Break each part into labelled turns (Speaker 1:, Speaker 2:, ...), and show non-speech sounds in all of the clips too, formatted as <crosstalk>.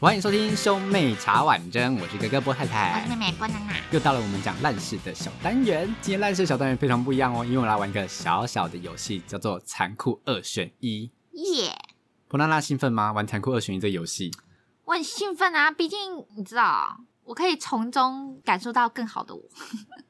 Speaker 1: 欢迎收听兄妹茶碗蒸，我是哥哥波太
Speaker 2: 我是
Speaker 1: 太
Speaker 2: 妹。啊妹波娜娜。
Speaker 1: 又到了我们讲烂事的小单元，今天烂事小单元非常不一样哦，因为我来玩一个小小的游戏，叫做残酷二选一。
Speaker 2: 耶！
Speaker 1: 波娜娜兴奋吗？玩残酷二选一这个游戏，
Speaker 2: 我很兴奋啊，毕竟你知道，我可以从中感受到更好的我。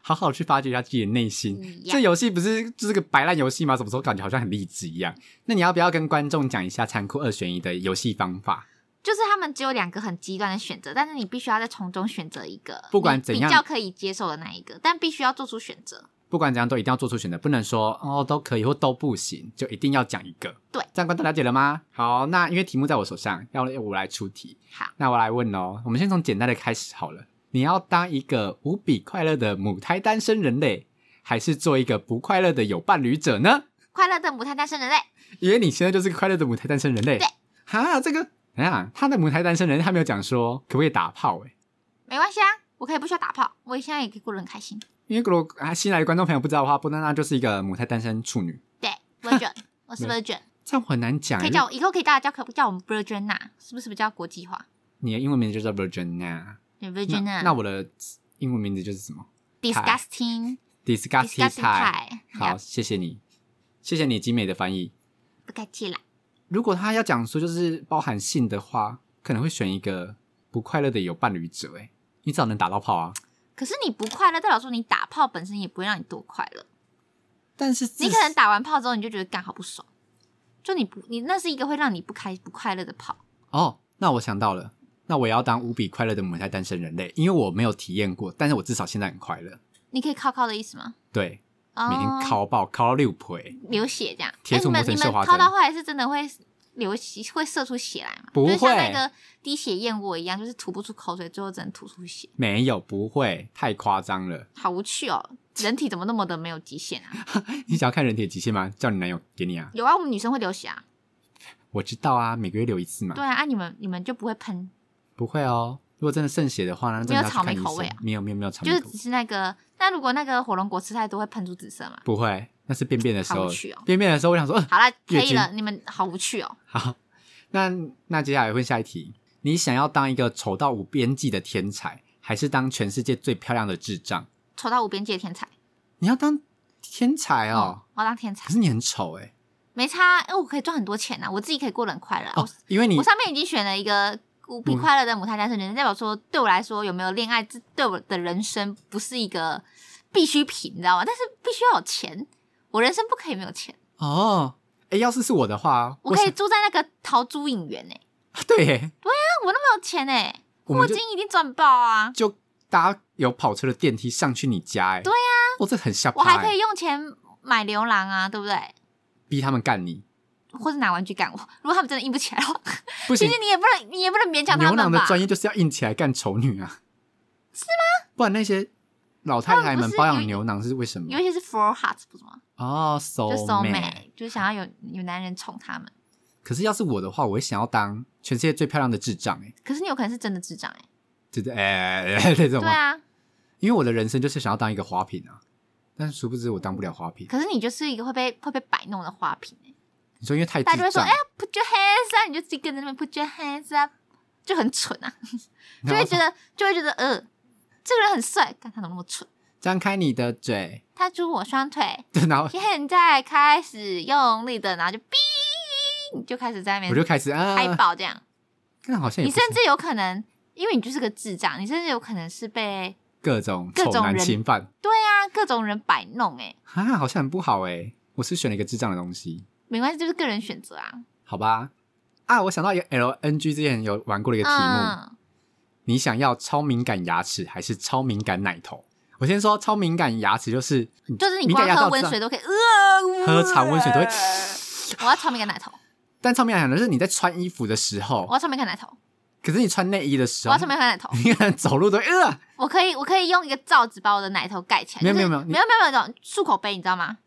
Speaker 1: 好好去发掘一下自己的内心。
Speaker 2: 嗯
Speaker 1: 这
Speaker 2: 呀
Speaker 1: 游戏不是就是个白烂游戏吗？怎么说感觉好像很励志一样？那你要不要跟观众讲一下残酷二选一的游戏方法？
Speaker 2: 就是他们只有两个很极端的选择，但是你必须要在从中选择一个，
Speaker 1: 不管
Speaker 2: 你
Speaker 1: 怎样
Speaker 2: 比较可以接受的那一个，但必须要做出选择。
Speaker 1: 不管怎样都一定要做出选择，不能说哦都可以或都不行，就一定要讲一个。
Speaker 2: 对，
Speaker 1: 这样观众了解了吗？好，那因为题目在我手上，要我来出题。
Speaker 2: 好，
Speaker 1: 那我来问哦，我们先从简单的开始好了。你要当一个无比快乐的母胎单身人类，还是做一个不快乐的有伴侣者呢？
Speaker 2: 快乐的母胎单身人类，
Speaker 1: 因为你现在就是个快乐的母胎单身人类。
Speaker 2: 对，
Speaker 1: 哈，这个等一下他的母胎单身人，他没有讲说可不可以打炮欸诶、
Speaker 2: 没关系啊，我可以不需要打炮，我现在也可以过得很开心。
Speaker 1: 因为如果啊新来的观众朋友不知道的话，波娜娜就是一个母胎单身处女，
Speaker 2: 对 b i r g
Speaker 1: <laughs>
Speaker 2: i n 我是 b i r g i n
Speaker 1: 这样我很难讲欸。
Speaker 2: 可以叫我以后可以大家叫可叫我们 b i r g i n 呐，是不是比较国际化？
Speaker 1: 你的英文名就叫 Virgin 啊。
Speaker 2: 对 b i r g i
Speaker 1: 那
Speaker 2: n 呐，
Speaker 1: 那我的英文名字就是什么
Speaker 2: disgusting
Speaker 1: ？Disgusting
Speaker 2: disgusting
Speaker 1: Thai。
Speaker 2: type，
Speaker 1: 好，谢谢你，谢谢你精美的翻译。
Speaker 2: 不客气啦。
Speaker 1: 如果他要讲说就是包含性的话，可能会选一个不快乐的有伴侣者、欸。哎，你至少能打到炮啊。
Speaker 2: 可是你不快乐，代表说你打炮本身也不会让你多快乐。
Speaker 1: 但是至
Speaker 2: 你可能打完炮之后，你就觉得干好不爽，就你不你那是一个会让你不开不快乐的炮。
Speaker 1: 哦，那我想到了，那我也要当无比快乐的母胎单身人类，因为我没有体验过，但是我至少现在很快乐。
Speaker 2: 你可以靠靠的意思吗？
Speaker 1: 对，
Speaker 2: 哦
Speaker 1: 每天靠爆靠到六倍，
Speaker 2: 流血这样，
Speaker 1: 铁杵
Speaker 2: 哎
Speaker 1: 磨成
Speaker 2: 你们
Speaker 1: 绣
Speaker 2: 你
Speaker 1: 花
Speaker 2: 们
Speaker 1: 针
Speaker 2: 靠到后来是真的会流血，会射出血来吗？
Speaker 1: 不会
Speaker 2: 就是像那个滴血燕窝一样，就是吐不出口水，最后只能吐出血，
Speaker 1: 没有不会太夸张了。
Speaker 2: 好无趣哦。人体怎么那么的没有极限啊？ <laughs>
Speaker 1: 你想要看人体的极限吗？叫你男友给你啊。
Speaker 2: 有啊，我们女生会流血啊，
Speaker 1: 我知道啊，每个月留一次嘛
Speaker 2: 对。啊，啊你们你们就不会喷，
Speaker 1: 不会哦，如果真的渗血的话，那真的要去看医
Speaker 2: 没有草莓口味
Speaker 1: 生
Speaker 2: 啊。
Speaker 1: 没有没有没有草莓
Speaker 2: 就是
Speaker 1: 口味
Speaker 2: 只是那个。那如果那个火龙果吃太多会喷出紫色嘛？
Speaker 1: 不会，那是便便的时
Speaker 2: 好
Speaker 1: 候
Speaker 2: 无趣哦。
Speaker 1: 便便的时候，我想说， <laughs> 呃，
Speaker 2: 好啦，可
Speaker 1: 月
Speaker 2: 以
Speaker 1: 经
Speaker 2: 了，你们好无趣哦。
Speaker 1: 好，那那接下来问下一题，你想要当一个丑到无边际的天才，还是当全世界最漂亮的智障？
Speaker 2: 丑到无边界的天才
Speaker 1: 你要当天才
Speaker 2: 嗯
Speaker 1: 哦，
Speaker 2: 我要当天才
Speaker 1: 可，是你很丑哎、
Speaker 2: 没差，因为我可以赚很多钱呐、我自己可以过得很快乐啊。
Speaker 1: 哦，因为你
Speaker 2: 我我上面已经选了一个无比快乐的母胎单身人，代表说对我来说有没有恋爱，这对我的人生不是一个必需品，你知道吗？但是必须要有钱，我人生不可以没有钱。
Speaker 1: 哦，哎、要是是我的话，
Speaker 2: 我可以
Speaker 1: 想
Speaker 2: 住在那个桃珠影园呢、
Speaker 1: <laughs> 对耶，
Speaker 2: 那我那么有钱哎呢、
Speaker 1: 我
Speaker 2: 霍
Speaker 1: 们就
Speaker 2: 金一定赚爆啊！
Speaker 1: 就搭有跑车的电梯上去你家哎、
Speaker 2: 对啊
Speaker 1: 呀、我、这很吓
Speaker 2: 我还
Speaker 1: 趴、
Speaker 2: 可
Speaker 1: 欸，
Speaker 2: 以用钱买牛郎啊，对不对？
Speaker 1: 逼他们干你，
Speaker 2: 或者拿玩具干我，如果他们真的硬不起来的话，
Speaker 1: 不
Speaker 2: 其
Speaker 1: 行
Speaker 2: 实，你也不能，你也不能勉强他
Speaker 1: 牛
Speaker 2: 们
Speaker 1: 郎的
Speaker 2: 吧？
Speaker 1: 专业就是要硬起来干丑女啊，是吗？不然那些老太太
Speaker 2: 他们
Speaker 1: 们
Speaker 2: 不是
Speaker 1: 包养
Speaker 2: 有
Speaker 1: 牛郎是为什么
Speaker 2: 有？一些是 for heart 不是吗？
Speaker 1: 哦，so
Speaker 2: 就 so
Speaker 1: man。
Speaker 2: 美，就是想要有有男人宠他们。
Speaker 1: 可是要是我的话，我会想要当全世界最漂亮的智障、欸，哎，
Speaker 2: 可是你有可能是真的智障哎、
Speaker 1: 就是哎哎这种
Speaker 2: 对
Speaker 1: 吗？
Speaker 2: 啊，
Speaker 1: 因为我的人生就是想要当一个花瓶啊，但是殊不知我当不了花瓶。
Speaker 2: 可是你就是一个会被会被摆弄的花瓶哎、
Speaker 1: 你说因为太
Speaker 2: 大家就
Speaker 1: 智
Speaker 2: 会说
Speaker 1: 障
Speaker 2: 哎、，p u t your hands up，你就自己跟在那边 put your hands up，就很
Speaker 1: <laughs>
Speaker 2: 蠢啊，就
Speaker 1: 然后
Speaker 2: 会觉得就会觉得呃，这个人很帅，但他怎么那么蠢？
Speaker 1: 张开你的嘴， <laughs>
Speaker 2: 他揪我双腿，
Speaker 1: 对然后
Speaker 2: 现在开始用力的，然后就哔，你就开始在那
Speaker 1: 我就
Speaker 2: 边
Speaker 1: 开始啊，
Speaker 2: 挨爆这样。
Speaker 1: 那好像也
Speaker 2: 你
Speaker 1: 不是
Speaker 2: 甚至有可能，因为你就是个智障，你甚至有可能是被
Speaker 1: 各种
Speaker 2: 各
Speaker 1: 丑
Speaker 2: 种
Speaker 1: 男
Speaker 2: 人
Speaker 1: 侵犯
Speaker 2: 对啊各种人摆弄、欸，
Speaker 1: 啊，好像很不好哎、我是选了一个智障的东西，
Speaker 2: 没关系，就是个人选择啊。
Speaker 1: 好吧？啊，我想到一个 LNG 之前有玩过的一个题目，
Speaker 2: 嗯，
Speaker 1: 你想要超敏感牙齿还是超敏感奶头？我先说超敏感牙齿就是你
Speaker 2: 就是你
Speaker 1: 敏感
Speaker 2: 光
Speaker 1: 牙
Speaker 2: 喝
Speaker 1: 到
Speaker 2: 温
Speaker 1: 这
Speaker 2: 水都可以，呃，
Speaker 1: 喝常温水都会
Speaker 2: 我要超敏感奶头，
Speaker 1: 但超敏感的是你在穿衣服的时
Speaker 2: 我
Speaker 1: 候，
Speaker 2: 要超敏感
Speaker 1: <laughs>
Speaker 2: 奶头，
Speaker 1: 可是你穿内衣的时
Speaker 2: 哦
Speaker 1: 候
Speaker 2: 我要，超敏感
Speaker 1: <laughs>
Speaker 2: 奶头。
Speaker 1: 你可能走路都会呃，
Speaker 2: 我可以，我可以用一个罩子把我的奶头盖起来。
Speaker 1: 没有
Speaker 2: 就是
Speaker 1: 没有没
Speaker 2: 没有没有没有那种漱口杯，你知道吗？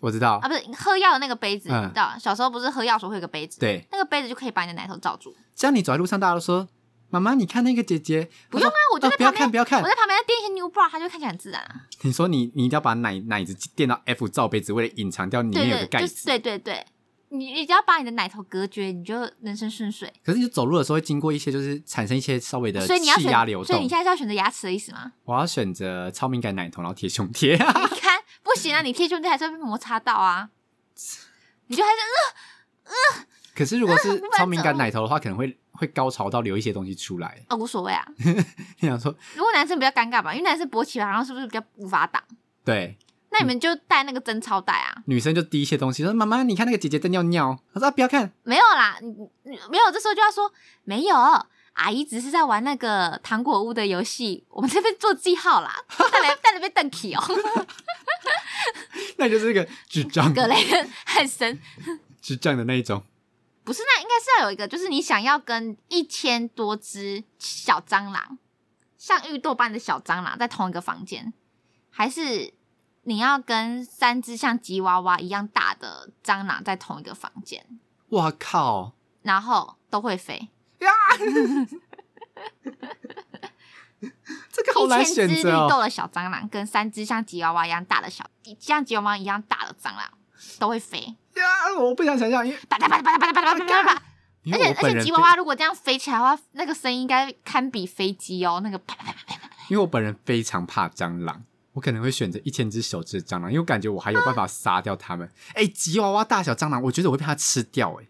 Speaker 1: 我知道，
Speaker 2: 啊，不是喝药的那个杯子，
Speaker 1: 嗯
Speaker 2: 你知道？小时候不是喝药时候会有个杯子，
Speaker 1: 对，
Speaker 2: 那个杯子就可以把你的奶头罩住。
Speaker 1: 这样你走在路上，大家都说妈妈，你看那个姐姐，
Speaker 2: 不用啊，我
Speaker 1: 她
Speaker 2: 就
Speaker 1: 说，
Speaker 2: 在
Speaker 1: 啊不要
Speaker 2: 旁
Speaker 1: 看
Speaker 2: 边，
Speaker 1: 不要看
Speaker 2: 我，在旁边垫一些 new bra，它就会看起来很自然啊。
Speaker 1: 你说你你一定要把奶奶子垫到 F 罩杯，只为了隐藏掉里
Speaker 2: 对
Speaker 1: 面有个
Speaker 2: 对，
Speaker 1: 盖
Speaker 2: 就
Speaker 1: 子，
Speaker 2: 是对对对，你你只要把你的奶头隔绝，你就人生顺遂。
Speaker 1: 可是你走路的时候会经过一些，就是产生一些稍微的
Speaker 2: 所以你要
Speaker 1: 气压
Speaker 2: 选，
Speaker 1: 流
Speaker 2: 所以
Speaker 1: 动
Speaker 2: 你。现在是要选择牙齿的意思吗？
Speaker 1: 我要选择超敏感奶头，然后贴胸贴。 <laughs>
Speaker 2: 你看不行啊，你贴胸贴还是会被摩擦到啊，你就还是
Speaker 1: 可是如果
Speaker 2: <laughs>
Speaker 1: 是
Speaker 2: 不然
Speaker 1: 超敏
Speaker 2: 怎
Speaker 1: 感
Speaker 2: 么
Speaker 1: 奶头的话，可能会会高潮到流一些东西出来。
Speaker 2: 哦无所谓啊。
Speaker 1: 你想说，
Speaker 2: 如果男生比较尴尬吧，因为男生勃起好像是不是比较无法挡？
Speaker 1: 对，
Speaker 2: 那你们就带那个贞操带啊？
Speaker 1: 女生就滴一些东西，说妈妈，你看那个姐姐在尿尿。她说、啊、不要看， <laughs>
Speaker 2: 没有啦，你你没有，这时候就要说没有，阿姨只是在玩那个糖果屋的游戏，我们这边做记号啦， <laughs> 带来带来被邓启哦， <laughs>
Speaker 1: 那你就是一个智障，
Speaker 2: 格雷 <laughs> 跟汉森。
Speaker 1: 智障的那一种。
Speaker 2: 不是，那应该是要有一个，就是你想要跟一千多只小蟑螂，像玉豆般的小蟑螂在同一个房间，还是你要跟三只像吉娃娃一样大的蟑螂在同一个房间，
Speaker 1: 哇
Speaker 2: <laughs>
Speaker 1: 靠！
Speaker 2: 然后都会飞？
Speaker 1: <laughs> 这个好难
Speaker 2: 一千
Speaker 1: 选
Speaker 2: 只绿
Speaker 1: 择
Speaker 2: 豆
Speaker 1: 哦。
Speaker 2: 的小蟑螂跟三只像吉娃娃一样大的小，像吉娃娃一样大的蟑螂都会飞，
Speaker 1: <laughs> 呀，我不想想象，因为
Speaker 2: 哒哒吧哒吧哒吧哒吧哒吧哒吧。
Speaker 1: 因
Speaker 2: 而
Speaker 1: 为
Speaker 2: 且
Speaker 1: 我本
Speaker 2: 而且
Speaker 1: 人
Speaker 2: 吉
Speaker 1: 非，
Speaker 2: 娃娃如果这样飞起来的话，那个声音应该堪比飞机哦，那个啪啪啪啪啪。
Speaker 1: 因为我本人非常怕蟑螂，我可能会选择一千只小只的蟑螂，因为我感觉我还有办法杀掉它们。哎、吉娃娃大小蟑螂，我觉得我会被它吃掉、哎，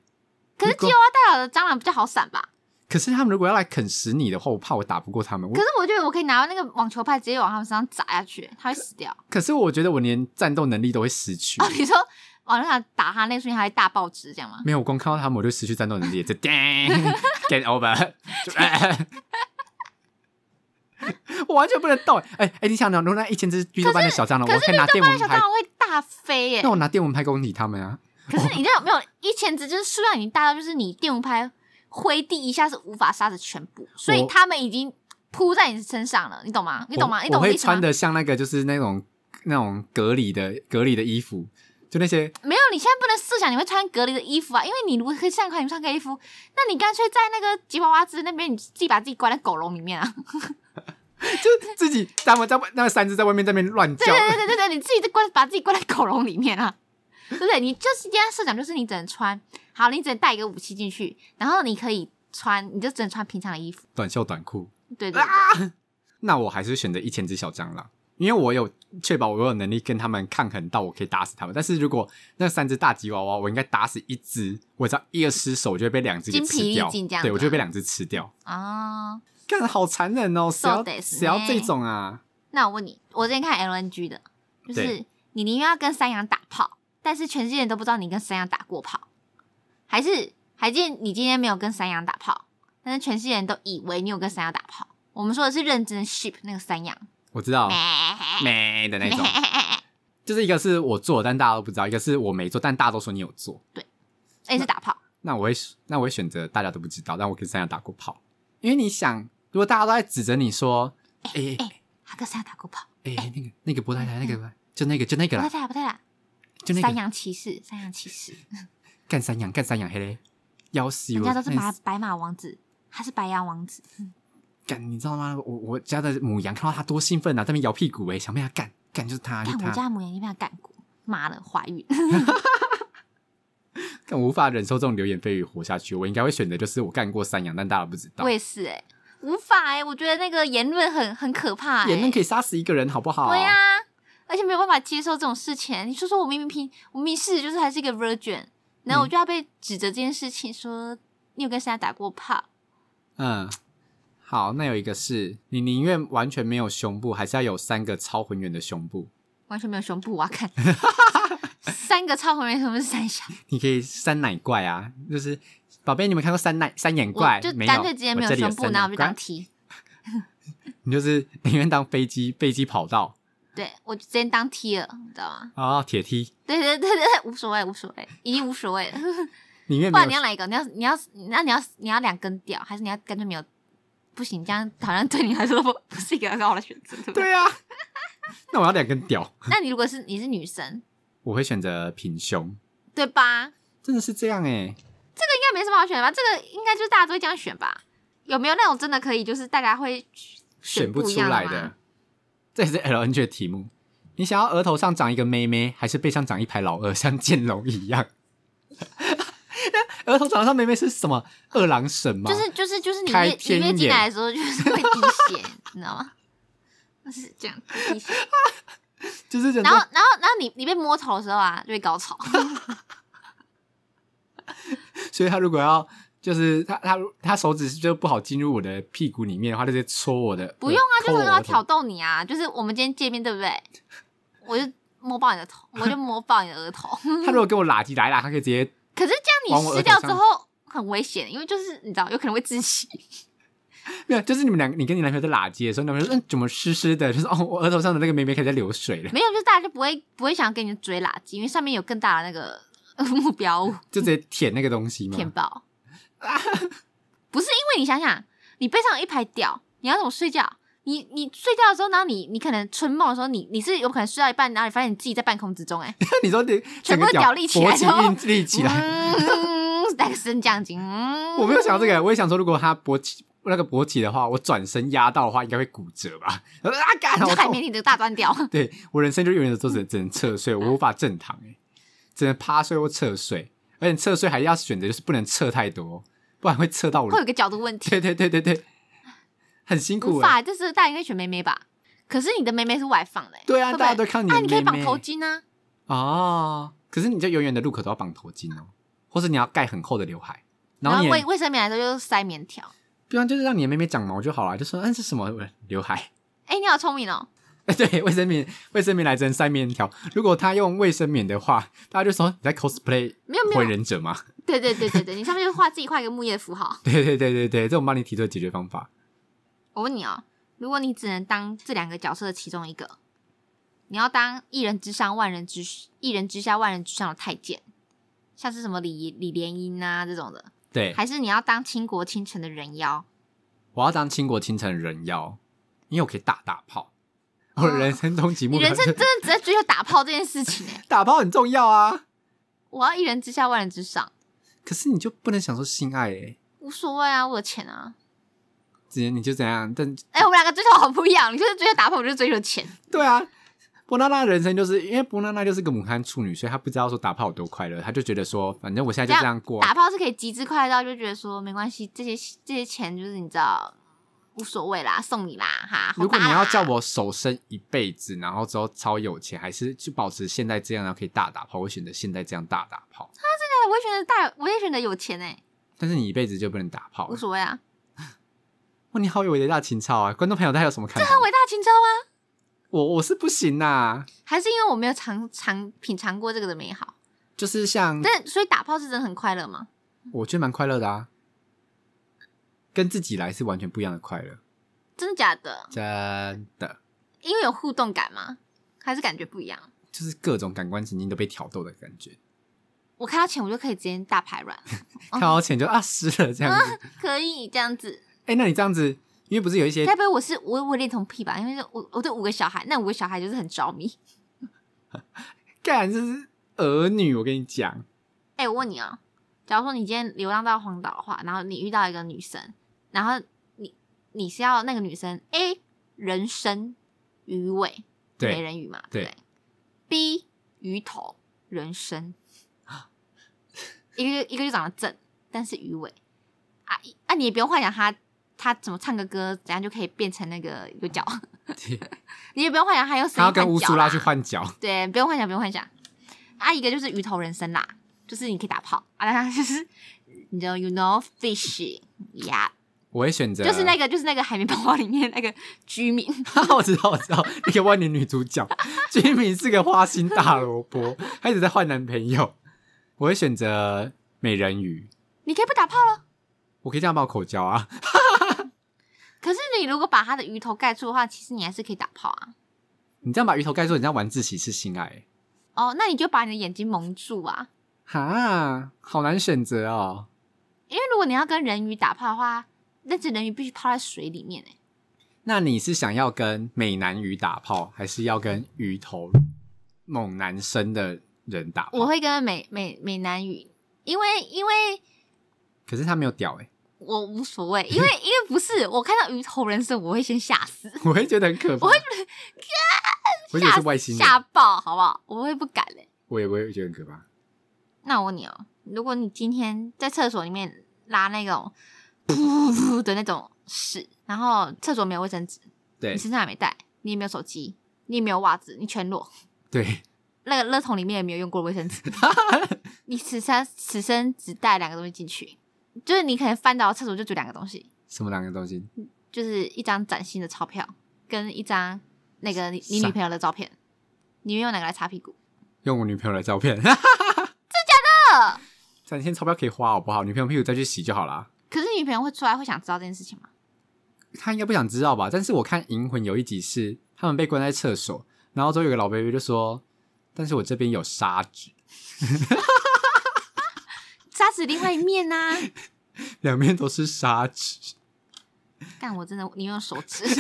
Speaker 2: 可
Speaker 1: 如
Speaker 2: 是吉
Speaker 1: 果
Speaker 2: 娃娃大小的蟑螂比较好闪吧？
Speaker 1: 可是他们如果要来啃食你的话，我怕我打不过他们。我
Speaker 2: 可是我觉得我可以拿那个网球拍直接往他们身上砸下去，它会
Speaker 1: <laughs>
Speaker 2: 死掉。
Speaker 1: 可是我觉得我连战斗能力都会失去。
Speaker 2: 哦，你说网球上打他那瞬间还会大爆汁这样吗？
Speaker 1: 没有，我光看到他们我就 <laughs> 失去战斗能力，这 get over，就、
Speaker 2: <laughs>
Speaker 1: <laughs> 哎我完全不能动。哎、哎，你想想，如果那一千只绿豆般的小蟑螂，
Speaker 2: 可
Speaker 1: 我
Speaker 2: 是
Speaker 1: 可以拿电
Speaker 2: 那
Speaker 1: 蚊
Speaker 2: 小蟑
Speaker 1: 拍，
Speaker 2: 螂会大飞耶
Speaker 1: 那。我拿电蚊拍攻击他们啊！
Speaker 2: 可是你这样没有一千只，就是数量已经大到就是你电蚊拍挥地一下是无法杀死全部，所以
Speaker 1: 我
Speaker 2: 他们已经扑在你身上了，你懂吗？你懂吗？
Speaker 1: 我
Speaker 2: 你懂
Speaker 1: 我
Speaker 2: 我
Speaker 1: 会
Speaker 2: 意思吗
Speaker 1: 穿？的像那个，就是那种那种隔离的隔离的衣服，就那
Speaker 2: <laughs>
Speaker 1: 些
Speaker 2: 没有，你现在不能设想你会穿隔离的衣服啊，因为你如果可以上穿你穿隔离衣服，那你干脆在那个吉娃娃子那边，你自己把自己关在狗笼里面啊。
Speaker 1: 就自己他们在外那三只在外面在那边乱
Speaker 2: 对
Speaker 1: 叫，
Speaker 2: 对对对对，你自己在关把自己关在狗笼里面啊，对不对？你就是今天设想就是你只能穿好，你只能带一个武器进去，然后你可以穿，你就只能穿平常的衣服。
Speaker 1: 短袖短裤。
Speaker 2: 对对对，
Speaker 1: 那我还是选择一千只小蟑螂，因为我有确保我有能力跟他们抗衡到我可以打死他们。但是如果那三只大吉娃娃，我应该打死一只，我只要一个失手，我就会被两只给
Speaker 2: 精疲
Speaker 1: 吃
Speaker 2: 力
Speaker 1: 掉
Speaker 2: 尽这样，子
Speaker 1: 对我就
Speaker 2: 啊
Speaker 1: 会被两只吃掉。
Speaker 2: 哦，
Speaker 1: 干，好残忍哦！谁要
Speaker 2: So desu
Speaker 1: 谁要
Speaker 2: ね
Speaker 1: 这种啊？
Speaker 2: 那我问你，我之前看 LNG 的，就是
Speaker 1: 对
Speaker 2: 你宁愿要跟山羊打炮，但是全世界人都不知道你跟山羊打过炮，还是还见你今天没有跟山羊打炮，但是全世界人都以为你有跟山羊打炮。我们说的是认真的 ship 那个山羊，
Speaker 1: 我知道，
Speaker 2: 咩
Speaker 1: 没的那种，
Speaker 2: 咩
Speaker 1: 就是一个是我做，但大家都不知道；一个是我没做，但大家都说你有做。
Speaker 2: 那你是打炮。
Speaker 1: 那我会那我会选择大家都不知道，但我跟三亚打过炮，因为你想，如果大家都在指着你说，哎、欸、哎、
Speaker 2: 他跟山羊打过炮，
Speaker 1: 欸那个那个波太
Speaker 2: 嗯
Speaker 1: 太那个就那个就那个
Speaker 2: 不
Speaker 1: 啦
Speaker 2: 太，啦，不太啊啦，
Speaker 1: 就那
Speaker 2: 山
Speaker 1: 个
Speaker 2: 羊骑士，山羊骑士，
Speaker 1: 干山羊干山羊嘿嘞，要死
Speaker 2: 人
Speaker 1: 我！哎
Speaker 2: 家都是
Speaker 1: 啊那
Speaker 2: 马白马王子，他是白羊王子，
Speaker 1: 干，你知道吗？我我家的母羊看到它多兴奋啊，在那边摇屁股哎、想被它干干就是它，就
Speaker 2: 但
Speaker 1: 是
Speaker 2: 我
Speaker 1: 它，
Speaker 2: 家母羊一定被他干过，妈的怀
Speaker 1: <laughs>
Speaker 2: 孕，
Speaker 1: 干我无法忍受这种流言蜚语活下去，我应该会选择就是我干过山羊，但大家不知道
Speaker 2: 我。也是哎、无法哎、我觉得那个言论很很可怕、欸，
Speaker 1: 言论可以啊杀死一个人，好不好？
Speaker 2: 对啊呀、而且没有办法接受这种事情。你说说我明明平，我明明是就是还是一个 virgin，然后我就要被指责这件事情，说你有跟山羊打过炮，
Speaker 1: 嗯，好，那有一个是你宁愿完全没有胸部，还是要有三个超浑圆的胸部？
Speaker 2: 完全没有胸部，我要
Speaker 1: <laughs>
Speaker 2: 看三个超红人，什么是三小？
Speaker 1: 你可以三奶怪啊，就是宝贝，你们看过三奶三眼
Speaker 2: 我
Speaker 1: 怪
Speaker 2: 就
Speaker 1: 没有？
Speaker 2: 干脆直接
Speaker 1: 我
Speaker 2: 没有
Speaker 1: 这里
Speaker 2: 胸部，
Speaker 1: 三
Speaker 2: 然后我
Speaker 1: 奶
Speaker 2: 就
Speaker 1: 怪
Speaker 2: 当 T。
Speaker 1: 你就是 <laughs> 宁愿当飞机飞机跑道
Speaker 2: 对我就直接当 T 了，你知道吗？
Speaker 1: 啊，铁梯，
Speaker 2: 对对对对，对无所谓无所谓，已经无所谓了。
Speaker 1: 宁愿
Speaker 2: 不然
Speaker 1: 没
Speaker 2: 你
Speaker 1: 有
Speaker 2: 要哪一个？你要你要那你要你要两根屌，还是你要干脆没有？不行，这样好像对你来说不不是一个很好的选择，对不对？
Speaker 1: 对啊， <laughs> 那我要两根屌，
Speaker 2: 那你如果是你是女生，
Speaker 1: 我会选择平胸，
Speaker 2: 对吧？应
Speaker 1: 真的是这样哎、
Speaker 2: 该没什么好选的吧？这个应该就是大家都会这样选吧？有没有那种真的可以就是大家会
Speaker 1: 选
Speaker 2: 不
Speaker 1: 不
Speaker 2: 一
Speaker 1: 出
Speaker 2: 样
Speaker 1: 来
Speaker 2: 的
Speaker 1: 的
Speaker 2: 吗？。
Speaker 1: 这也是 LNG 的题目， <laughs> 你想要额头上长一个妹妹，还是背上长一排老二，像剑龙一样？儿童床上妹妹是什么二郎神吗？
Speaker 2: 就是就是就是你
Speaker 1: 开
Speaker 2: 月你
Speaker 1: 天
Speaker 2: 月经
Speaker 1: 眼
Speaker 2: 来的时候就是会滴血，你知道吗？ <laughs> 就是这样滴血，
Speaker 1: 就是人
Speaker 2: 然后
Speaker 1: 家
Speaker 2: 然后然后你你被摸头的时候啊，就会高潮。 <laughs>
Speaker 1: 所以他如果要就是他他他手指就不好进入我的屁股里面的话，他就直接戳我的耳，
Speaker 2: 不用啊，就
Speaker 1: 抠
Speaker 2: 是
Speaker 1: 我
Speaker 2: 我要
Speaker 1: 的头
Speaker 2: 挑逗你啊，就是我们今天见面对不对？我就摸爆你的头，我就摸爆你的额头。 <laughs>
Speaker 1: 他如果给我拉鸡来拉，他可以直接
Speaker 2: 可是这样
Speaker 1: 往
Speaker 2: 你
Speaker 1: 我
Speaker 2: 湿
Speaker 1: 额头
Speaker 2: 掉之
Speaker 1: 上
Speaker 2: 后很危险，因为就是你知道有可能会窒息。 <laughs>
Speaker 1: 没有，就是你们两个，你跟你男朋友在拉鸡的时候，男朋友说嗯怎么湿湿的，就是哦我额头上的那个妹妹开始在流水了，
Speaker 2: 没有，就是大家就不会不会想要给你追垃圾，因为上面有更大的那个 <laughs> 呃目标物
Speaker 1: 就直接舔那个东西嘛。
Speaker 2: 填
Speaker 1: <laughs>
Speaker 2: 饱。
Speaker 1: 啊
Speaker 2: 不是因为你想想，你背上有一排屌，你要怎么睡觉？你你睡觉的时候，然后你你可能春梦的时候，你你是有可能睡到一半，然后你发现你自己在半空之中、欸，哎，
Speaker 1: <laughs> 你说你
Speaker 2: 全
Speaker 1: 整个
Speaker 2: 部的屌
Speaker 1: 屌
Speaker 2: 立起来
Speaker 1: 勃起
Speaker 2: 然后
Speaker 1: 硬立起
Speaker 2: <laughs>
Speaker 1: 来，
Speaker 2: 嗯，那个升降机，嗯，
Speaker 1: 我没有想到这个，我也想说，如果他勃起那个勃起的话，我转身压到的话，应该会骨折吧？然后啊，干
Speaker 2: 你
Speaker 1: 好
Speaker 2: 就海
Speaker 1: 痛！
Speaker 2: 绵里的大断掉，
Speaker 1: 对我人生就永远都只能只能侧睡，我无法正躺、欸，只能趴睡或侧睡，而且侧睡还要选择就是不能侧太多，不然会侧到我
Speaker 2: 会有
Speaker 1: 的。
Speaker 2: 一个角度问题。
Speaker 1: 对对对对对，很辛苦、
Speaker 2: 无
Speaker 1: 欸。
Speaker 2: 法，这是大家应该选妹妹吧？可是你的妹妹是外放的、欸，
Speaker 1: 对啊，
Speaker 2: 会不
Speaker 1: 大
Speaker 2: 会
Speaker 1: 家都看你的
Speaker 2: 啊，
Speaker 1: 妹
Speaker 2: 你
Speaker 1: 妹。
Speaker 2: 可以绑头巾啊，
Speaker 1: 哦，可是你在永远的路口都要绑头巾哦，或是你要盖很厚的刘海，然
Speaker 2: 然
Speaker 1: 后
Speaker 2: 后
Speaker 1: 你
Speaker 2: 卫
Speaker 1: 也
Speaker 2: 卫生棉来说就是塞棉条。
Speaker 1: 不然就是让你的妹妹长毛就好了，就说嗯是什么刘海？
Speaker 2: 哎、你好聪明哦！
Speaker 1: <laughs> 对，卫生棉卫生棉来针塞面条。如果他用卫生棉的话，大家就说你在 cosplay
Speaker 2: 没有没有
Speaker 1: 火影忍者吗？ <laughs>
Speaker 2: 对对对对对，你上面就画自己画一个木叶符号。
Speaker 1: 对对对对对，这我帮你提出的解决方法。
Speaker 2: 我问你哦，如果你只能当这两个角色的其中一个，你要当一人之上万人之一人之下万人之上的太监，像是什么李李莲英啊这种的，
Speaker 1: 对，
Speaker 2: 还是你要当倾国倾城的人妖？
Speaker 1: 我要当倾国倾城的人妖，因为我可以大大炮。 <laughs> 我的人生终极
Speaker 2: 啊你
Speaker 1: 目标
Speaker 2: 人生
Speaker 1: 就是
Speaker 2: 真的只在追求打炮这件事情哎、
Speaker 1: <laughs> 打炮很重要啊，
Speaker 2: <laughs> 我要一人之下万人之上，
Speaker 1: 可是你就不能享受性爱诶、
Speaker 2: 无所谓啊，我有钱啊。
Speaker 1: 直接你就怎样？但
Speaker 2: 哎、我们两个追求好不一样，你就是追求打炮，我就是追求钱。
Speaker 1: 对啊，波娜娜的人生就是因为波娜娜就是个母憨处女，所以她不知道说打炮有多快乐，她就觉得说反正我现在就这样过啊、
Speaker 2: 打炮是可以极致快乐到就觉得说没关系，这些这些钱就是你知道无所谓啦，送你啦哈。
Speaker 1: 如果
Speaker 2: 好
Speaker 1: 你
Speaker 2: 吧啦
Speaker 1: 要
Speaker 2: 哎
Speaker 1: 叫，我守身一辈子，然后之后超有钱，还是就保持现在这样，然后可以大打炮，我会选择现在这样大打 <laughs> 炮。
Speaker 2: 那我也选择大，我也选择有钱哎、
Speaker 1: 但是你一辈子就不能打炮
Speaker 2: 无
Speaker 1: 了。
Speaker 2: 所谓啊，
Speaker 1: 哇，你好有伟大情操啊！观众朋友，大家有什么看法
Speaker 2: 那？伟大情操啊，
Speaker 1: 我我是不行啊呐、
Speaker 2: 还是因为我没有尝尝品尝过这个的美好，
Speaker 1: 就是像
Speaker 2: 但所以打炮是真的很快乐吗？
Speaker 1: 我觉得蛮快乐的啊，跟自己来是完全不一样的快乐，
Speaker 2: 真的假的？
Speaker 1: 真的。
Speaker 2: 因为有互动感吗？还是感觉不一样？
Speaker 1: 就是各种感官神经都被挑逗的感觉，
Speaker 2: 我看到钱我就可以直接大排卵，哦
Speaker 1: 看到钱就啊湿了 <laughs> 这样子。
Speaker 2: <laughs> 可以这样子。
Speaker 1: 哎、那你这样子，因为不是有一些
Speaker 2: 该不会我是我我有恋童癖吧？因为我我对五个小孩，那五个小孩就是很着迷。 <laughs>
Speaker 1: 干这是儿女，我跟你讲，
Speaker 2: 哎、我问你哦，假如说你今天流浪到荒岛的话，然后你遇到一个女生，然后你你是要那个女生 A 人参鱼尾
Speaker 1: 对
Speaker 2: 美人鱼嘛，
Speaker 1: 对
Speaker 2: 对不对？B 鱼头人参， <gasps> 一个就一个就长得正，但是鱼尾啊一啊，你也不用幻想她她怎么唱个歌，怎样就可以变成那个
Speaker 1: <laughs>
Speaker 2: 有脚，你也不用幻想她有什
Speaker 1: 他
Speaker 2: 么
Speaker 1: 要跟乌苏拉去换脚，
Speaker 2: 对，不用幻想，不用幻想。啊，一个就是鱼头人参啦，就是你可以打炮啊，那就是你知道，you know fish 呀、
Speaker 1: 我会选择
Speaker 2: 就是那个就是那个海绵宝宝里面那个居民，
Speaker 1: 个， <laughs> 我知道我知道，那个万年女主角 <laughs> 居民是个花心大萝卜，她一直在换男朋友。我会选择美人鱼，
Speaker 2: 你可以不打炮了。
Speaker 1: 我可以这样报口交啊，
Speaker 2: 可是你如果把它的鱼头盖住的话，其实你还是可以打炮啊。
Speaker 1: 你这样把鱼头盖住，你这样晚自习是性爱、欸，
Speaker 2: 哦，那你就把你的眼睛蒙住啊，
Speaker 1: 哈，好难选择哦。
Speaker 2: 因为如果你要跟人鱼打炮的话，那只人鱼必须泡在水里面哎、
Speaker 1: 那你是想要跟美男鱼打炮，还是要跟鱼头猛男生的人打炮？
Speaker 2: 我，会跟美美美男鱼，因为因为
Speaker 1: 可是他没有屌哎、
Speaker 2: 我无所谓，因为因为不是我看到鱼头人参，我会先吓死。
Speaker 1: 我会觉得很可怕，我会觉得，我会觉得
Speaker 2: 吓
Speaker 1: 是外星人，
Speaker 2: 吓爆，好不好？我会不敢嘞、欸
Speaker 1: 我也我也觉得很可怕。
Speaker 2: 那我问你哦，如果你今天在厕所里面拉那种噗噗的那种屎，然后厕所没有卫生纸，
Speaker 1: 对
Speaker 2: 你身上也没带，你也没有手机，你也没有袜子，你全裸，
Speaker 1: <laughs> 对， <laughs>
Speaker 2: 那个垃圾桶里面也没有用过的卫生纸，你此生此生只带两个东西进去，就是你可能翻到厕所就只有两个东西，
Speaker 1: 什么两个东西？
Speaker 2: 就是一张崭新的钞票跟一张那个你你
Speaker 1: 啥
Speaker 2: 女朋友的照片，你会用哪个来擦屁股？
Speaker 1: 用我女朋友的照片， <laughs> 真假
Speaker 2: 的？
Speaker 1: 攒钱钞票可以花好不好？女朋友屁股再去洗就好啦。
Speaker 2: 可是你女朋友会出来会想知道这件事情吗？
Speaker 1: 她应该不想知道吧？但是我看《银魂》有一集是他们被关在厕所，然后都有个老 baby 就说：“但是我这边有砂纸，
Speaker 2: 杀死另外一面啊呐、
Speaker 1: 两边都是砂纸。 <laughs>
Speaker 2: 但我真的，你用手指， <laughs>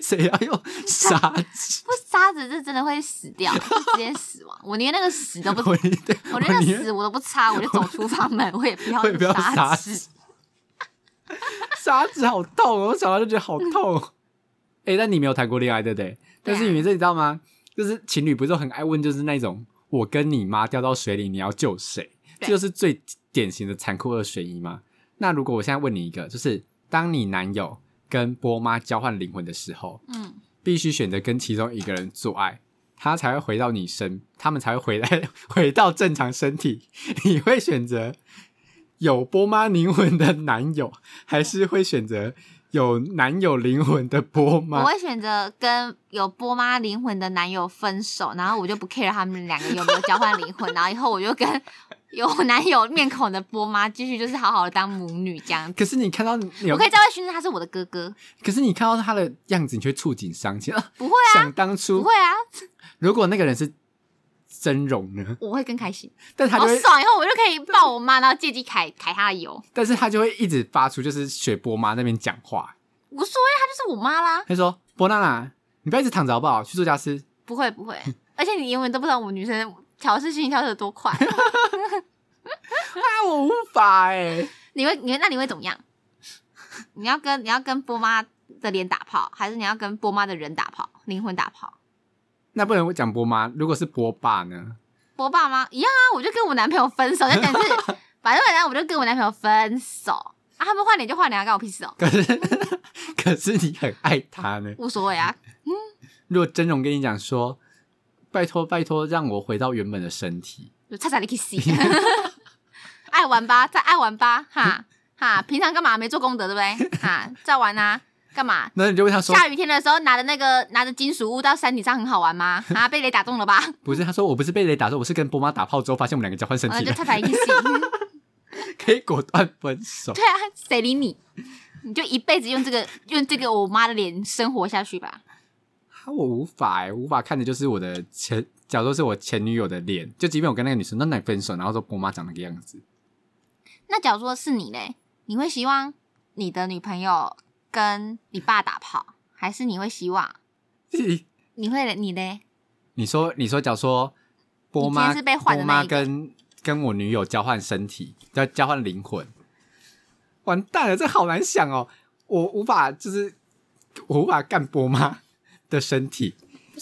Speaker 1: 谁要用砂
Speaker 2: <laughs>
Speaker 1: 纸？
Speaker 2: 不杀子这真的会死掉，直接死亡。我连那个屎都不，
Speaker 1: 我宁愿
Speaker 2: <laughs> 我连那
Speaker 1: 宁
Speaker 2: 个
Speaker 1: 愿
Speaker 2: 屎我都不擦，我就走出房门，我也不要
Speaker 1: 哦 <laughs> 我也不要
Speaker 2: 杀
Speaker 1: 杀
Speaker 2: 子。
Speaker 1: <laughs> 砂纸好痛哦，我想到就觉得好痛。 <laughs> 哎、但你没有谈过恋爱，对
Speaker 2: 啊
Speaker 1: 不对？但是你们这你知道吗？就是情侣不是都很爱问，就是那种我跟你妈掉到水里，你要救谁？这
Speaker 2: 对
Speaker 1: 就是最典型的残酷二选一嘛。那如果我现在问你一个，就是当你男友跟波妈交换灵魂的时候，
Speaker 2: 嗯，
Speaker 1: 必须选择跟其中一个人做爱，他才会回到你身，他们才会回来 <laughs> 回到正常身体。你会选择有波妈灵魂的男友，还是会选择有男友灵魂的波
Speaker 2: 我
Speaker 1: 妈？
Speaker 2: 会选择跟有波妈灵魂的男友分手，然后我就不 care 他们两个有没有交换灵魂，然后以后我就跟有男友面孔的波妈继续就是好好的当母女这样子。
Speaker 1: 可是你看到你有
Speaker 2: 我可以在外宣称他是我的哥哥，
Speaker 1: 可是你看到他的样子，你却触景伤情。啊
Speaker 2: 不会啊，
Speaker 1: 想当
Speaker 2: 不
Speaker 1: 初
Speaker 2: 会，啊，
Speaker 1: 如果那个人是真容呢？
Speaker 2: 我会更开心。
Speaker 1: 但他
Speaker 2: 好
Speaker 1: 就会，
Speaker 2: 爽！以后我就可以抱我妈，然后借机揩揩她的油，
Speaker 1: 但是他就会一直发出就是学波妈那边讲话，
Speaker 2: 无所谓，她就是我妈啦。
Speaker 1: 他就说：“波娜娜，你不要一直躺着好不好？去做家事。”
Speaker 2: 不会不
Speaker 1: <laughs>
Speaker 2: 会，而且你永远都不知道我们女生调试心情调试的多快。
Speaker 1: 啊，我无法哎、
Speaker 2: 你会你会那你会怎么样？ <laughs> 你要跟你要跟波妈的脸打炮，还是你要跟波妈的人打炮，灵魂打炮？
Speaker 1: 那不能讲波妈，如果是波爸呢？
Speaker 2: 波爸吗？一样啊，我就跟我男朋友分手，就等于是反正反正我就跟我男朋友分手啊，他们换脸就换脸啊，关我屁事哦，
Speaker 1: 可是 <laughs> 可是你很爱他呢。
Speaker 2: 无所谓啊。
Speaker 1: 如果真容跟你讲说，拜托拜托，让我回到原本的身体，
Speaker 2: 就叉叉你去死， <laughs> 爱玩吧，再爱玩吧，哈哈，平常干嘛没做功德对不对？哈，再玩啊，干嘛？
Speaker 1: 那你就问他说，
Speaker 2: 下雨天的时候拿着那个拿着金属物到山顶上很好玩吗？啊，被雷打中了吧？
Speaker 1: 不是？他说我不是被雷打中，我是跟波妈打炮之后发现我们两个交换身
Speaker 2: 然后
Speaker 1: 体
Speaker 2: 啊就
Speaker 1: 了，
Speaker 2: 叉叉你去死，
Speaker 1: 可以果断分手。
Speaker 2: 对啊，谁理你？你就一辈子用这个用这个我妈的脸生活下去吧。
Speaker 1: 啊我无法哎、无法看的就是我的前，假如说是我前女友的脸，就即便我跟那个女生那奶分手，然后说波妈长那个样子，
Speaker 2: 那假如说是你嘞，你会希望你的女朋友跟你爸打炮，还是你会希望你会你嘞？
Speaker 1: 你说，你说，假如说波妈
Speaker 2: 你今天是被换的
Speaker 1: 波
Speaker 2: 那
Speaker 1: 妈
Speaker 2: 一个
Speaker 1: 跟跟我女友交换身体，要交换灵魂，完蛋了，这好难想哦，我无法就是我无法干波妈 <laughs> 的身体，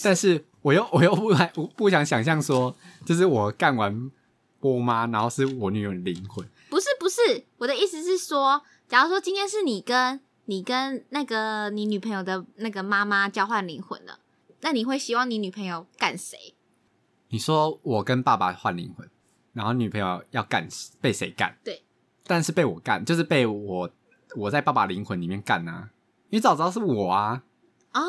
Speaker 1: 但是我又我又不敢不不想想象说，就是我干完波妈，然后是我女友的灵魂，
Speaker 2: 不是不是，我的意思是说，假如说今天是你跟你跟那个你女朋友的那个妈妈交换灵魂了，那你会希望你女朋友干谁？
Speaker 1: 你说我跟爸爸换灵魂，然后女朋友要干被谁干？
Speaker 2: 对，
Speaker 1: 但是被我干，就是被我我在爸爸灵魂里面干啊，因为早知道是我啊，
Speaker 2: 哦，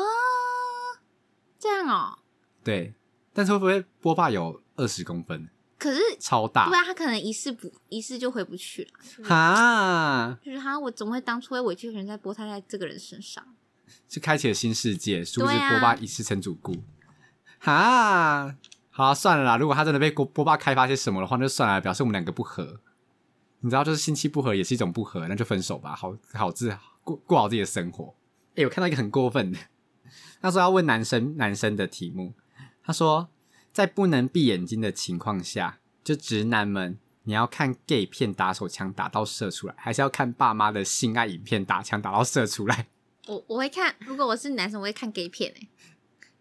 Speaker 2: 这样哦。
Speaker 1: 对。但是会不会波霸有二十公分，
Speaker 2: 可是
Speaker 1: 超
Speaker 2: 不
Speaker 1: 大
Speaker 2: 然他可能一世不一世就回不去了，是不是
Speaker 1: 哈？
Speaker 2: 就是他我怎么会当初会委屈人在波胎在这个人身上？
Speaker 1: 是开启了新世界，殊不知
Speaker 2: 对啊
Speaker 1: 波霸一世成主顾，哈？好、啊，算了啦。如果他真的被波波霸开发些什么的话，那就算了，表示我们两个不合。你知道，就是心气不合也是一种不合，那就分手吧，好好自过过好自己的生活。诶、我看到一个很过分的，他说要问男生男生的题目，他说在不能闭眼睛的情况下，就直男们，你要看 gay 片打手枪打到射出来，还是要看爸妈的性爱影片打枪打到射出来？
Speaker 2: 我我会看，如果我是男生，我会看 gay 片诶、欸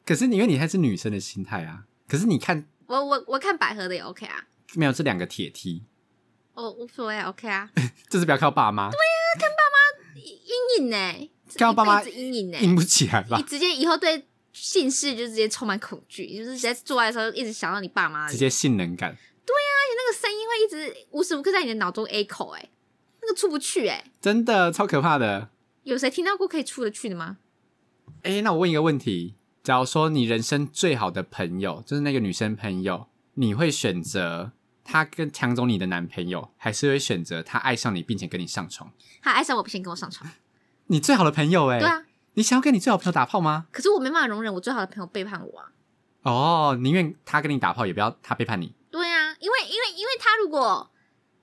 Speaker 1: 可是你因为你还是女生的心态啊，可是你看，
Speaker 2: 我我我看百合的也 OK 啊，
Speaker 1: 没有这两个铁梯，
Speaker 2: 我无所谓 OK 啊，
Speaker 1: 就是不要靠爸妈，
Speaker 2: 阴影呢、欸，
Speaker 1: 看到爸妈
Speaker 2: 一辈子阴影呢、欸
Speaker 1: 硬不起来吧
Speaker 2: 你？直接以后对姓氏就直接充满恐惧，就是直接做爱的时候一直想到你爸妈的
Speaker 1: 直接
Speaker 2: 脸，
Speaker 1: 性能感，
Speaker 2: 那个声音会一直无时无刻在你的脑中 echo 哎、那个出不去哎、
Speaker 1: 真的超可怕的。
Speaker 2: 有谁听到过可以出得去的吗？
Speaker 1: 哎，那我问一个问题：假如说你人生最好的朋友就是那个女生朋友，你会选择她跟抢走你的男朋友，还是会选择她爱上你并且跟你上床？
Speaker 2: 他爱上我不行，跟我上床，
Speaker 1: 你最好的朋友、欸，
Speaker 2: 对啊，
Speaker 1: 你想要跟你最好朋友打炮吗？
Speaker 2: 可是我没办法容忍我最好的朋友背叛我啊，
Speaker 1: 哦，宁愿他跟你打炮，也不要他背叛你。
Speaker 2: 对啊，因为因为因为他如果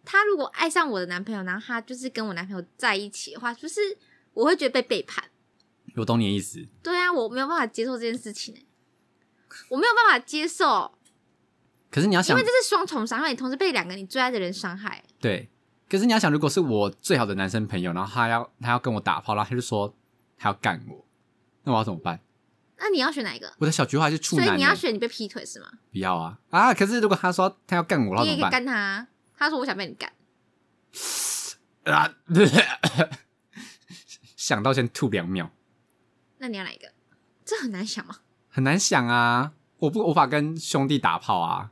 Speaker 2: 他如果爱上我的男朋友，然后他就是跟我男朋友在一起的话，就是我会觉得被背叛。
Speaker 1: 我懂你的意思，
Speaker 2: 对啊，我没有办法接受这件事情、欸，我没有办法接受，
Speaker 1: 可是你要
Speaker 2: 因
Speaker 1: 想
Speaker 2: 为这，是双重伤害，你同时被两个你最爱的人伤害。
Speaker 1: 对，可是你要想，如果是我最好的男生朋友，然后他要他要跟我打炮，然后他就说他要干我，那我要怎么办？
Speaker 2: 那你要选哪一个？
Speaker 1: 我的小菊花是处
Speaker 2: 所
Speaker 1: 男、
Speaker 2: 以
Speaker 1: 欸，
Speaker 2: 你要选你被劈腿是吗？
Speaker 1: 不要啊啊！可是如果他说他要干我，那
Speaker 2: 你也
Speaker 1: 怎
Speaker 2: 可
Speaker 1: 么办？
Speaker 2: 以干他啊，他说我想被你干，
Speaker 1: 啊， <laughs> 想到先吐两秒，
Speaker 2: 那你要哪一个？这很难想
Speaker 1: <laughs>
Speaker 2: 嘛。
Speaker 1: 很难想啊！我不无法跟兄弟打炮啊，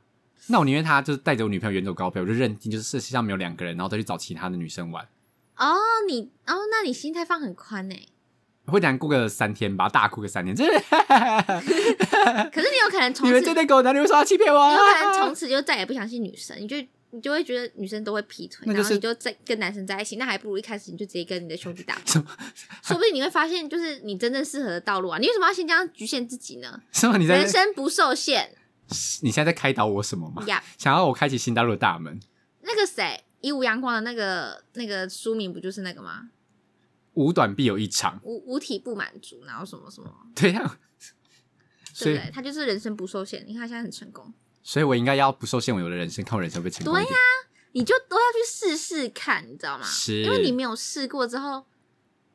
Speaker 1: 那我宁愿他就是带着我女朋友远走高飞，我就认定就是世界上没有两个人，然后再去找其他的女生玩。
Speaker 2: 哦，你哦，那你心态放很宽欸
Speaker 1: <laughs>
Speaker 2: 呢、
Speaker 1: 会难过个三天吧，大哭个
Speaker 2: <laughs>
Speaker 1: 三天。这
Speaker 2: 可是你有可能从
Speaker 1: 你们
Speaker 2: 此，你
Speaker 1: 这
Speaker 2: 有
Speaker 1: 对狗男女为什么要欺骗我、啊？
Speaker 2: 可能
Speaker 1: <laughs>
Speaker 2: 从此就再也不相信女生，你就你就会觉得女生都会劈腿，
Speaker 1: 那就
Speaker 2: 然后
Speaker 1: 是
Speaker 2: 你就再跟男生在一起，那还不如一开始你就直接跟你的兄弟打炮
Speaker 1: 什么，
Speaker 2: 说不定你会发现就是你真正适合的道路啊！你为什么要先这样局限自己呢？
Speaker 1: 什么？你在
Speaker 2: 人生不受限
Speaker 1: 你现在在开导我什么吗？
Speaker 2: 呀。
Speaker 1: 想要我开启新大陆的大门？
Speaker 2: 那个谁，一无阳光的那个那个书名不就是那个吗？
Speaker 1: 五短必有一长， <laughs>
Speaker 2: 五五体不满足，然后什么什么，
Speaker 1: 对呀、所
Speaker 2: 对
Speaker 1: 以
Speaker 2: 不，对？他就是人生不受限。你看他现在很成功，
Speaker 1: 所以我应该要不受限我的人生，看我人生会不会成功一点。
Speaker 2: 你就都要去试试看，你知道吗？
Speaker 1: 是
Speaker 2: 因为你没有试过之后，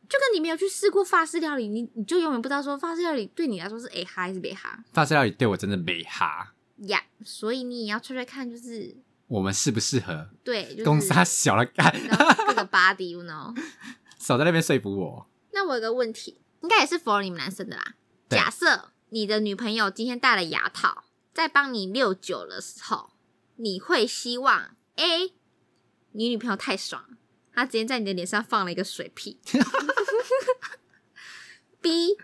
Speaker 2: 就跟你没有去试过法式料理，你你就永远不知道说法式料理对你来说是诶哈还是别哈
Speaker 1: 大资料理对我真的没哈，
Speaker 2: 呀。所以你也要吹吹看，就是
Speaker 1: 我们适不适合？
Speaker 2: 对，就是
Speaker 1: 公司小了， <laughs> 干
Speaker 2: 然后各个 body，you know。
Speaker 1: 少在那边说服我。
Speaker 2: 那我有个问题，应该也是 for 你们男生的啦。
Speaker 1: 对
Speaker 2: 假设你的女朋友今天戴了牙套，在帮你六九的时候，你会希望 A 你女朋友太爽，她直接在你的脸上放了一个水屁
Speaker 1: <laughs>
Speaker 2: ；B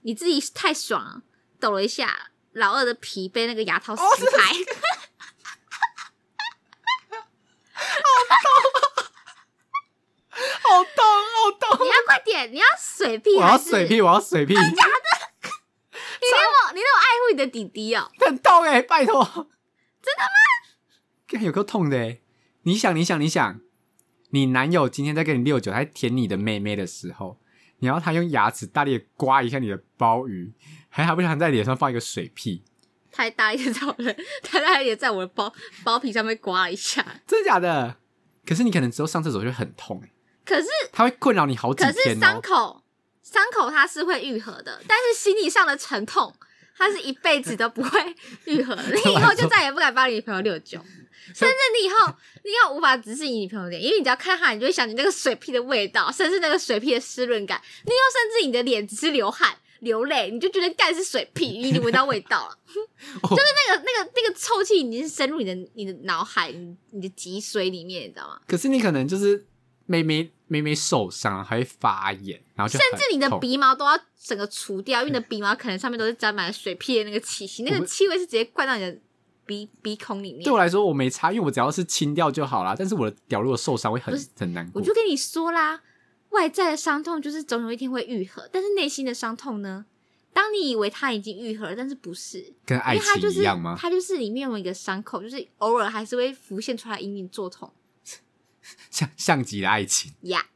Speaker 2: 你自己太爽了，抖了一下，老二的皮被那个牙套撕
Speaker 1: 哦
Speaker 2: 开。
Speaker 1: 好痛，好痛！
Speaker 2: 你要快点，你要水屁
Speaker 1: 我要
Speaker 2: 还是，啊
Speaker 1: 水屁，我要水屁，
Speaker 2: 你那么你那么爱护你的弟弟哦、
Speaker 1: 很痛哎、拜托！真的吗？干有够痛的哎、你想，你想，你想，你男友今天在跟你六九，他在舔你的妹妹的时候，你要他用牙齿大力的刮一下你的鲍鱼，还好不想在脸上放一个水屁，
Speaker 2: 太大力的在我的， <laughs> 太大力的在我的包包皮上面刮了一下。
Speaker 1: 真的假的？可是你可能之后上厕所就很痛、欸，
Speaker 2: 可是
Speaker 1: 他会困扰你好几
Speaker 2: 可是
Speaker 1: 天哦、
Speaker 2: 伤口伤口它是会愈合的，但是心理上的沉痛，它是一辈子都不会愈
Speaker 1: <laughs>
Speaker 2: 合的。你以
Speaker 1: 啊
Speaker 2: 后就再也不敢帮你女朋友六九，甚至你以后你以后无法直视你女朋友脸，因为你只要看她，你就会想起那个水屁的味道，甚至那个水屁的湿润感。你以后甚至你的脸只是流汗。流泪，你就觉得干是水屁，因为你闻到味道
Speaker 1: <laughs>
Speaker 2: 了，<laughs>
Speaker 1: 哦
Speaker 2: 就是那个那个那个臭气已经深入你的你的脑海、你你的脊髓里面，你知道吗？
Speaker 1: 可是你可能就是妹妹妹妹受伤，还会发炎，然后就
Speaker 2: 甚
Speaker 1: 很
Speaker 2: 至你的
Speaker 1: 痛
Speaker 2: 鼻毛都要整个除掉，因为你的鼻毛可能上面都是沾满了水屁的那个气息，那
Speaker 1: 我
Speaker 2: 个
Speaker 1: 们
Speaker 2: 气味是直接灌到你的鼻鼻孔里面
Speaker 1: 对。我来啊说我没差，因为我只要是清掉就好啦。但是我的屌如果受伤会很
Speaker 2: 不是
Speaker 1: 很难过
Speaker 2: 我。就跟你说啦，外在的伤痛就是总有一天会愈合，但是内心的伤痛呢？当你以为它已经愈合了，但是不是？因
Speaker 1: 跟爱
Speaker 2: 为它就
Speaker 1: 情
Speaker 2: 是
Speaker 1: 一样吗？
Speaker 2: 它就是里面有一个伤口，就是偶尔还是会浮现出来隐隐作痛
Speaker 1: 像像极了爱情。
Speaker 2: 呀。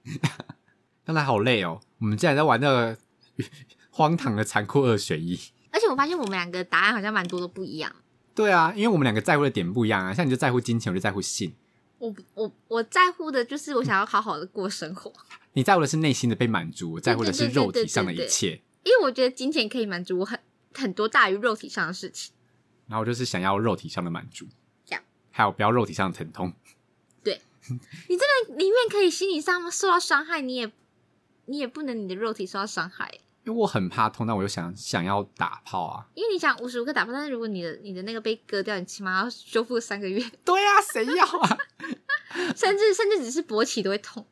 Speaker 1: 刚才好累哦，我们竟然在玩那个 <laughs> 荒唐的残酷二选一。
Speaker 2: 而且我发现我们两个答案好像蛮多都不一样。
Speaker 1: 对啊，因为我们两个在乎的点不一样啊，像你就在乎金钱，我就在乎性。
Speaker 2: 我我我在乎的就是我想要好好的过生活，
Speaker 1: 你在乎的是内心的被满足，我在乎的是
Speaker 2: 对对对
Speaker 1: 肉体上的
Speaker 2: 对
Speaker 1: 一
Speaker 2: 对
Speaker 1: 切。
Speaker 2: 因为我觉得金钱可以满足我很很多大于肉体上的事情。
Speaker 1: 然后我就是想要肉体上的满足，
Speaker 2: 这样，
Speaker 1: 还有不要肉体上的疼痛。
Speaker 2: 你真的宁愿可以心理上受到伤害，你也你也不能你的肉体受到伤害，
Speaker 1: 因为我很怕痛，但我又想想要打炮啊！
Speaker 2: 因为你想无时无刻打炮，但是如果你的你的那个被割掉，你起码要修复
Speaker 1: <laughs>
Speaker 2: 三个月，
Speaker 1: 对啊，谁要啊？
Speaker 2: 甚至甚至只是勃起都会痛，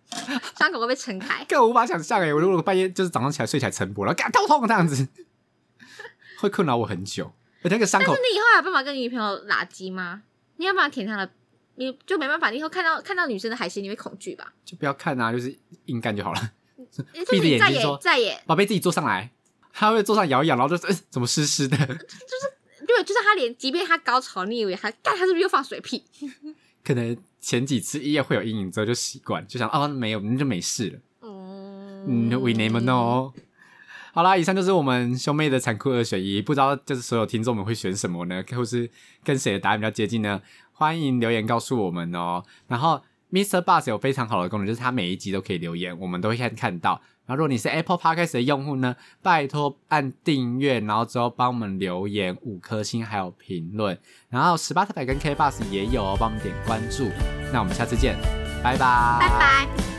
Speaker 2: 伤口会被撑开。
Speaker 1: 更无法想象哎、我如果半夜就是早上起来睡起来晨勃，然后感到痛这样子，会困扰我很久。而且那个伤
Speaker 2: 但是
Speaker 1: 口，
Speaker 2: 你以后还有办法跟你女朋友拉鸡吗？你有办法舔她的？你就没办法，你以后看到看到女生的海鲜，你会恐惧吧？
Speaker 1: 就不要看啊，就是硬干就好了。
Speaker 2: 也就
Speaker 1: 闭
Speaker 2: 是
Speaker 1: 着眼
Speaker 2: 你再
Speaker 1: 睛说
Speaker 2: 也再也，
Speaker 1: 宝贝，自己坐上来，他会坐上摇一摇，然后就、呃怎么湿湿的。 <laughs>
Speaker 2: 对，就是她连，即便她高潮，你以为她干，她是不是又放水屁？
Speaker 1: 可能前几次一夜会有阴影，之后就习惯，就想啊没有，那就没事了。嗯
Speaker 2: 嗯
Speaker 1: ，We never。know。好哦啦，以上就是我们兄妹的残酷二选一，不知道就是所有听众们会选什么呢？或是跟谁的答案比较接近呢？欢迎留言告诉我们哦。然后 Mr. Bus 有非常好的功能，就是他每一集都可以留言，我们都会看看到。然后如果你是 Apple Podcast 的用户呢，拜托按订阅，然后之后帮我们留言五颗星还有评论。然后 Spotify 跟 K Bus 也有哦，帮我们点关注。那我们下次见，拜拜，
Speaker 2: 拜拜。